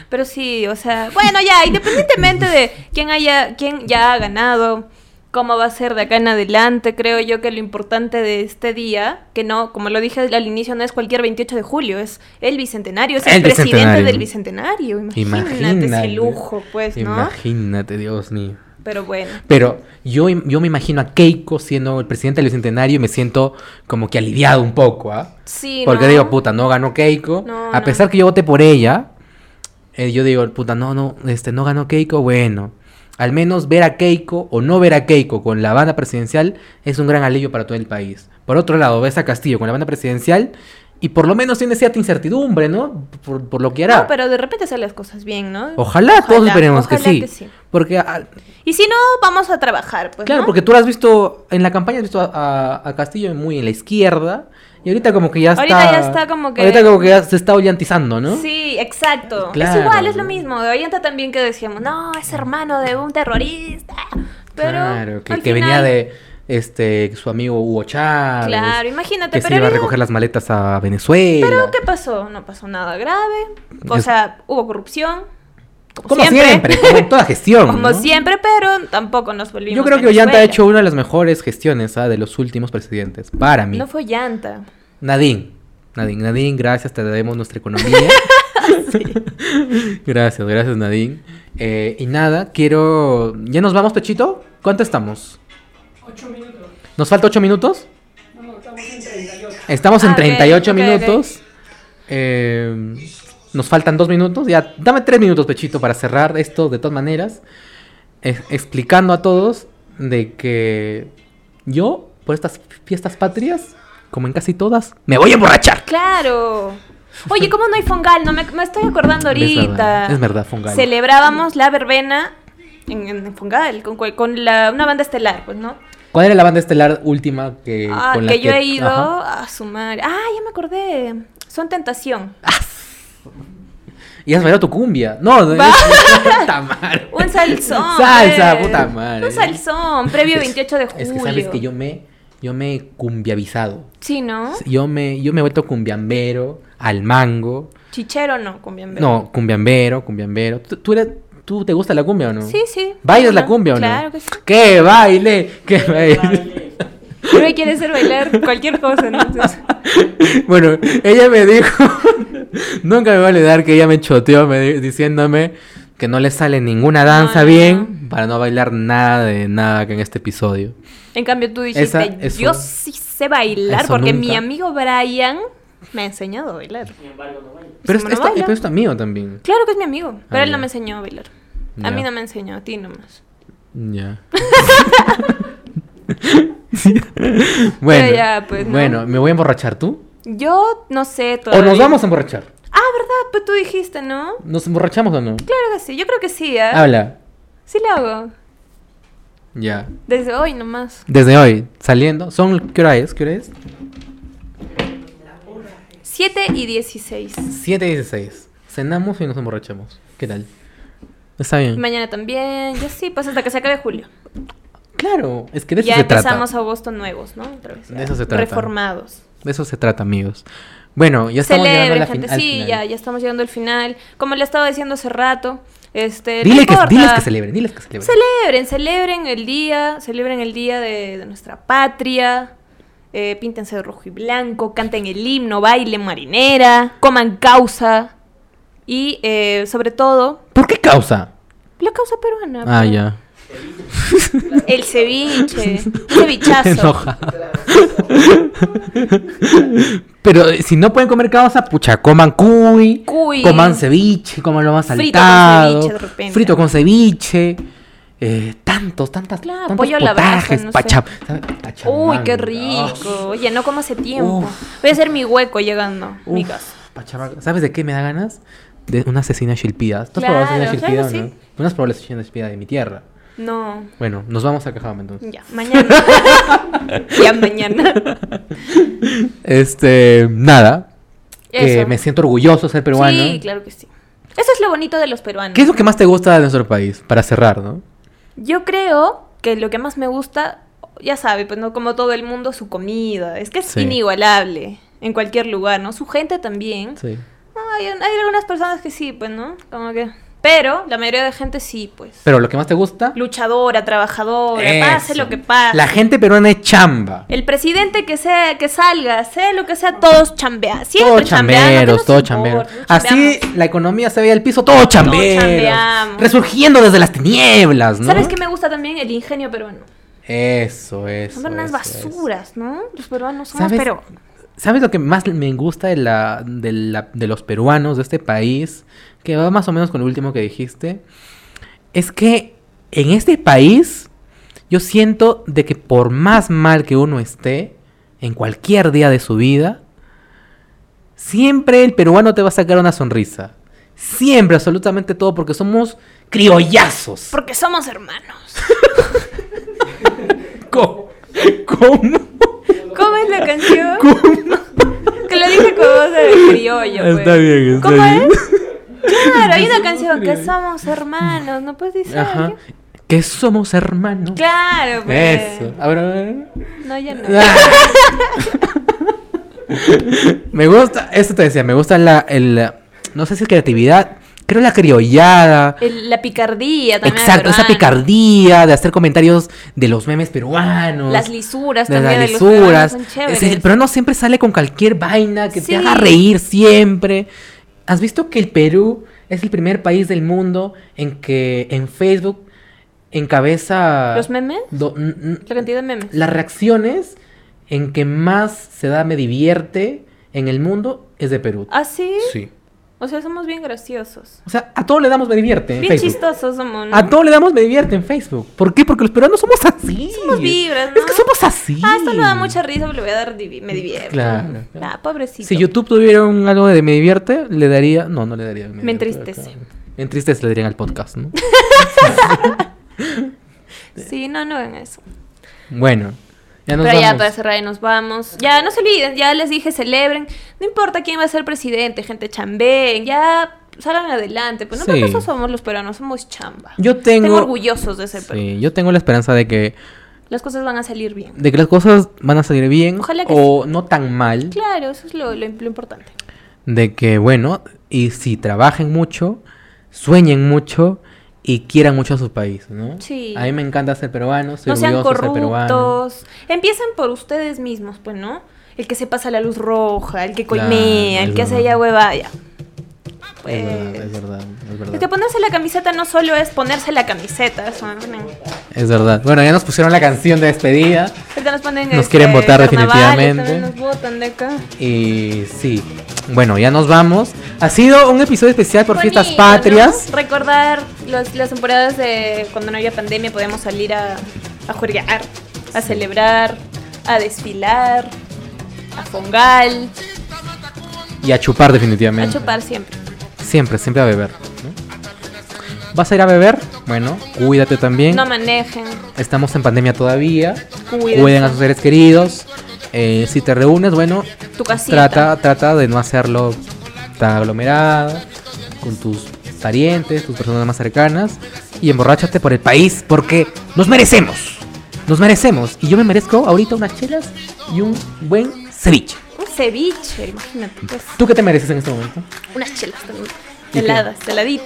Pero sí, o sea, bueno, ya, independientemente de quién haya, quién ya ha ganado, cómo va a ser de acá en adelante, creo yo que lo importante de este día, que no, como lo dije al inicio, no es cualquier 28 de julio, es el bicentenario, es el, El presidente bicentenario. del bicentenario, imagínate, Imagínate. ese lujo, pues, ¿no? Imagínate, Dios mío. Pero bueno, Pero yo, yo me imagino a Keiko siendo el presidente del Bicentenario y me siento como que aliviado un poco, ¿ah? sí, Porque ¿no? digo, puta, no ganó Keiko. No, a no. pesar que yo voté por ella, eh, yo digo, puta, no, no, este, no ganó Keiko, bueno. Al menos ver a Keiko o no ver a Keiko con la banda presidencial es un gran alivio para todo el país. Por otro lado, ves a Castillo con la banda presidencial Y por lo menos tiene cierta incertidumbre, ¿no? Por, por lo que hará. No, pero de repente salen las cosas bien, ¿no? Ojalá, todos esperemos que, ojalá sí. Porque, ah, Y si no, vamos a trabajar, pues. claro, ¿no? porque tú lo has visto, en la campaña has visto a, a- a Castillo muy en la izquierda. Y ahorita como que ya está... Ahorita ya está como que- Ahorita como que ya se está oliantizando, ¿no? Sí, exacto. Claro. Es igual, es lo mismo. De Ollanta también que decíamos, no, es hermano de un terrorista. Pero claro, que, al que venía final- de este su amigo Hugo Chávez. Claro, imagínate, Que se pero iba a era- recoger las maletas a Venezuela. Pero ¿qué pasó? No pasó nada grave. O Es- sea, hubo corrupción. Como, como siempre, siempre. como en toda gestión. Como ¿no? siempre, pero tampoco nos volvimos. Yo creo que Venezuela. Ollanta ha hecho una de las mejores gestiones ¿ah? de los últimos presidentes. Para mí. No fue llanta. Nadine. Nadine, Nadine, gracias, te debemos nuestra economía. gracias, gracias, Nadine. Eh, y nada, quiero. ¿Ya nos vamos, Pechito? ¿Cuánto estamos? Ocho minutos. ¿Nos falta 8 minutos? No, no, estamos en 38. Estamos en Ah, ok, 38 ok, minutos. Eh, nos faltan dos minutos. Ya, dame tres minutos, Pechito, para cerrar esto de todas maneras. Es- explicando a todos de que yo, por estas fiestas patrias, como en casi todas, me voy a emborrachar. Claro. Oye, ¿cómo no hay Fongal? No me, me estoy acordando ahorita. Es verdad, es verdad, Fongal. Celebrábamos la verbena en, en Fongal con, cual- con la- una banda estelar, pues, ¿no? ¿Cuál era la banda estelar última que, Ah, con la que yo he ido Ajá. a sumar. Ah, ya me acordé. Son tentación. Y has bailado tu cumbia. No, no, Va. es- puta madre. Un salsón. Salsa, pues. puta madre. Un salsón, previo 28 de julio. Es que sabes que yo me, yo me he cumbiavizado. Sí, ¿no? Yo me, yo me he vuelto cumbiambero, al mango. Chichero no, cumbia en verde. No, cumbiambero, cumbiambero. ¿Tú, tú eres- tú te gusta la cumbia o no? Sí, sí. ¿Bailas No, la cumbia o Claro no? que sí. ¡Que baile! ¡Que baile! Pero ella quiere hacer bailar cualquier cosa, entonces. bueno, ella me dijo, nunca me va a olvidar que ella me choteó me di- diciéndome que no le sale ninguna danza no, bien para no bailar nada de nada que en este episodio. En cambio, tú dijiste, Esa- eso- yo sí sé bailar eso porque nunca. mi amigo Brian me ha enseñado a bailar. Sin embargo, no vale. Pero Eso Pues es, no esto- baila. pero es tu amigo también. Claro que es mi amigo, pero Ah, él no ya. me enseñó a bailar. Ya. A mí no me enseñó, a ti nomás. Ya. Sí. bueno, Pero ya, pues, ¿no? bueno, me voy a emborrachar tú. Yo no sé O todavía. nos vamos a emborrachar. Ah, ¿verdad? Pues tú dijiste, ¿no? ¿Nos emborrachamos o no? Claro que sí, yo creo que sí, ¿ah? Habla. Sí lo hago. Ya. Desde hoy nomás. Desde hoy, saliendo. ¿Son qué hora es? ¿Qué hora es? 7 y 16. 7 y 16. Cenamos y nos emborrachamos. ¿Qué tal? Está bien. Mañana también, ya sí, pues hasta que se acabe julio. Claro, es que de eso ya se trata. empezamos agosto nuevos, ¿no? Otra vez, De ya, eso se trata. Reformados. De eso se trata, amigos. Bueno, ya estamos llegando a Celebren, gente. la fin- al sí, final. ya, ya estamos llegando al final. Como le estaba diciendo hace rato, este. no Dile que, importa. diles que celebren, diles que celebren. Celebren, celebren el día, celebren el día de, de nuestra patria. Eh, píntense de rojo y blanco, canten el himno, bailen marinera, coman causa. Y eh, sobre todo, ¿Por qué causa? la causa peruana. Ah, pues. ya. El ceviche, un cevichazo. Enoja. Pero eh, si no pueden comer causa, pucha, coman cuy, Cuy. coman ceviche, coman lo más Frito con saltado, ceviche, de repente. frito con ceviche, eh, tantos, tantas, Claro, tantos pollo a la brasa, potajes, no sé. pachap- ¿sabe? Uy, qué pachamanga. rico. Oye, no como hace tiempo. Uf. Voy a hacer mi hueco llegando a mi Uf, casa. pachamanga. ¿Sabes de qué me da ganas? De una asesina chilpida. ¿Tú has Claro, probado asesina chilpida claro, o no? sí. Unas probables asesina chilpida de mi tierra. No, Bueno, nos vamos a Cajabamba entonces. ya, mañana. ya mañana. Este, nada. Que Eso. me siento orgulloso de ser peruano. Sí, claro que sí. Eso es lo bonito de los peruanos. ¿Qué es lo que más te gusta de nuestro país? Para cerrar, ¿no? Yo creo que lo que más me gusta, ya sabe, pues no como todo el mundo, su comida. Es que es Sí. inigualable en cualquier lugar, ¿no? Su gente también. Sí. No, hay, hay algunas personas que sí, pues, ¿no? Como que... Pero la mayoría de gente sí, pues. Pero lo que más te gusta. Luchadora, trabajadora, pase Eso. lo que pase. La gente peruana es chamba. El presidente que sea, que salga, sea lo que sea, todos chambean. Siempre Todos chamberos, todos chambean, ¿no? chamberos. ¿Qué nos importa? Así Chambeamos. la economía se veía al piso, todos chamberos. chambeamos. resurgiendo desde las tinieblas, ¿no? ¿Sabes qué me gusta también? El ingenio peruano. Eso, eso. Son unas eso, basuras, ¿no? Los peruanos eso. somos ¿Sabes, pero... ¿Sabes lo que más me gusta de, la, de, la- de los peruanos de este país? Que va más o menos con lo último que dijiste. Es que en este país yo siento de que por más mal que uno esté, en cualquier día de su vida, Siempre el peruano te va a sacar una sonrisa. Siempre, absolutamente todo, porque somos criollazos. Porque somos hermanos. Co- ¿Cómo? ¿Cómo es la canción? Que lo dije con voz de criollo. pues. Está bien, está ¿Cómo bien. es? Claro, hay una canción que somos hermanos, no puedes decir. Ajá. ¿qué? Que somos hermanos. Claro, pues. Eso. A ver, a ver. No, ya no. me gusta, esto te decía, me gusta la, el, no sé si es creatividad, creo la criollada. El- la picardía también. Exacto, esa peruana. picardía de hacer comentarios de los memes peruanos. Las lisuras de también. las de los peruanos lisuras. son Es- chéveres. El peruano siempre sale con cualquier vaina que Sí. te haga reír siempre. ¿Has visto que el Perú es el primer país del mundo en que en Facebook encabeza ¿Los memes? do- n- n- La cantidad de memes. las reacciones en que más se da me divierte en el mundo es de Perú? ¿Ah, sí? Sí. O sea, somos bien graciosos. O sea, a todos le damos me divierte en Bien Facebook. Ah, chistosos somos. ¿no? A todos le damos me divierte en Facebook. ¿Por qué? Porque los peruanos somos así. Somos vibras, Es que ¿no? somos así. Ah, esto no da mucha risa, pero le voy a dar divi- me divierto. Claro. Ah, pobrecito. Si YouTube tuviera un algo de me divierte, le daría. No, no le daría. Me, Me divierte, entristece. claro. Me entristece, le darían al podcast, ¿no? Sí, no, no hagan eso. bueno. Ya nos Pero ya, pues, vamos. para cerrar, y nos vamos. Ya, no se olviden, ya les dije, celebren. No importa quién va a ser presidente, gente, chambeen. Ya, salgan adelante. Pues no, Sí. nosotros somos los peruanos, somos chamba. Yo Estén tengo. orgullosos de ser peruano. Sí, yo tengo la esperanza de que, Las cosas van a salir bien. de que las cosas van a salir bien Ojalá que o no tan mal. Claro, eso es lo, lo, lo importante. De que, bueno, y si trabajen mucho, sueñen mucho y quieran mucho a su país, ¿no? Sí. A mí me encanta ser peruano, soy no sean orgulloso de ser peruano. corruptos. Empiecen por ustedes mismos, pues, ¿no? El que se pasa la luz roja, el que Claro, colmea, el es que hace verdad. ya hueva, ya. Pues, Es verdad, es verdad, es verdad. Es que ponerse la camiseta no solo es ponerse la camiseta, eso, ¿no? Es verdad. Bueno, ya nos pusieron la canción de despedida. Ahorita nos ponen, este, Nos quieren votar carnavales, definitivamente. también Nos votan de acá. Y sí. Bueno, ya nos vamos. Ha sido un episodio especial por Bonito, fiestas patrias. ¿no? Recordar los- las temporadas de cuando no había pandemia, podíamos salir a, a juerguear, a celebrar, a desfilar, a fongal, Y a chupar a definitivamente. chupar siempre. Siempre, siempre a beber. ¿no? ¿Vas a ir a beber? Bueno, cuídate también. No manejen, Estamos en pandemia todavía. cuiden, Cuiden a sus seres queridos. Eh, si te reúnes, bueno, tu casita. trata, trata de no hacerlo tan aglomerado con tus parientes, tus personas más cercanas y emborráchate por el país porque nos merecemos. Nos merecemos y yo me merezco ahorita unas chelas y un buen ceviche. Un ceviche, imagínate, pues, ¿Tú qué te mereces en este momento? unas chelas también. ¿Y qué? Heladas, heladito.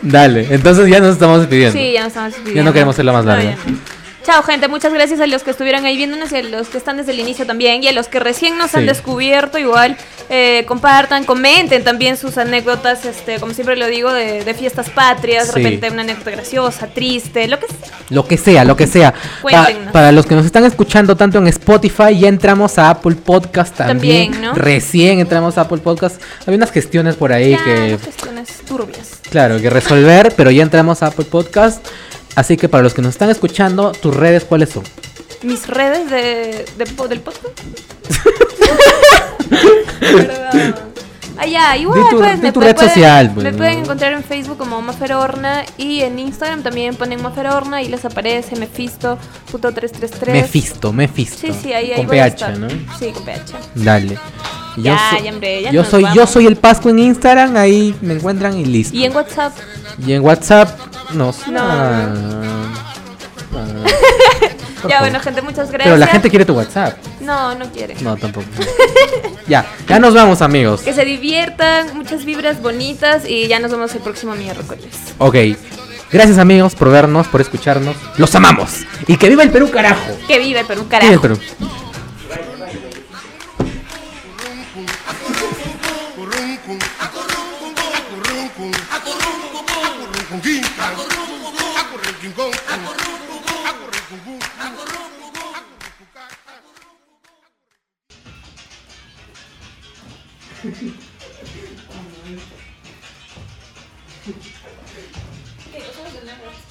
Dale, entonces ya nos estamos despidiendo. Sí, ya nos estamos despidiendo. Ya no queremos hacerlo más No, largo. ya no. Chao, gente. Muchas gracias a los que estuvieron ahí viéndonos y a los que están desde el inicio también y a los que recién nos han Sí. descubierto. Igual, eh, compartan, comenten también sus anécdotas, este, como siempre lo digo, de, de fiestas patrias, de Sí. repente una anécdota graciosa, triste, lo que sea. Lo que sea, lo que sea. Pa- Cuéntenos. para los que nos están escuchando tanto en Spotify, ya entramos a Apple Podcast también. También, ¿no? Recién entramos a Apple Podcast. Había unas gestiones por ahí Ya, que no, cuestiones turbias. Claro, que resolver, pero ya entramos a Apple Podcast. Así que para los que nos están escuchando, tus redes, ¿cuáles son? Mis redes de, de po- del podcast. Allá, igual, Di tu- pues, di me, tu me red pueden, social, pues, me ¿no? pueden encontrar en Facebook como Mafer Horna y en Instagram también ponen Mafer Horna y les aparece Mefisto.333. Mefisto, Mefisto. Sí, sí, ahí, ahí Con voy a PH, estar. ¿no? Sí, con PH. Dale. Yo Ya, soy- ya, hombre, ya yo nos soy, yo vamos. soy el Pascu en Instagram, ahí me encuentran y listo. Y en WhatsApp, Y en WhatsApp, no. sé. No. Ah, ah, por ya favor. bueno, gente, muchas gracias. Pero la gente quiere tu WhatsApp. No, no quiere. No, tampoco. ya, ya nos vamos, amigos. Que se diviertan, muchas vibras bonitas y ya nos vemos el próximo miércoles. Ok. Gracias, amigos, por vernos, por escucharnos. Los amamos. Y que viva el Perú, carajo. Que vive el Perú, Viva el carajo. Perú.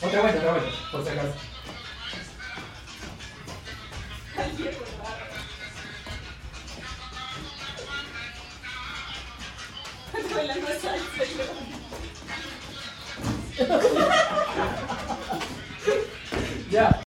Otra vuelta, otra vuelta, por si acaso. Ya.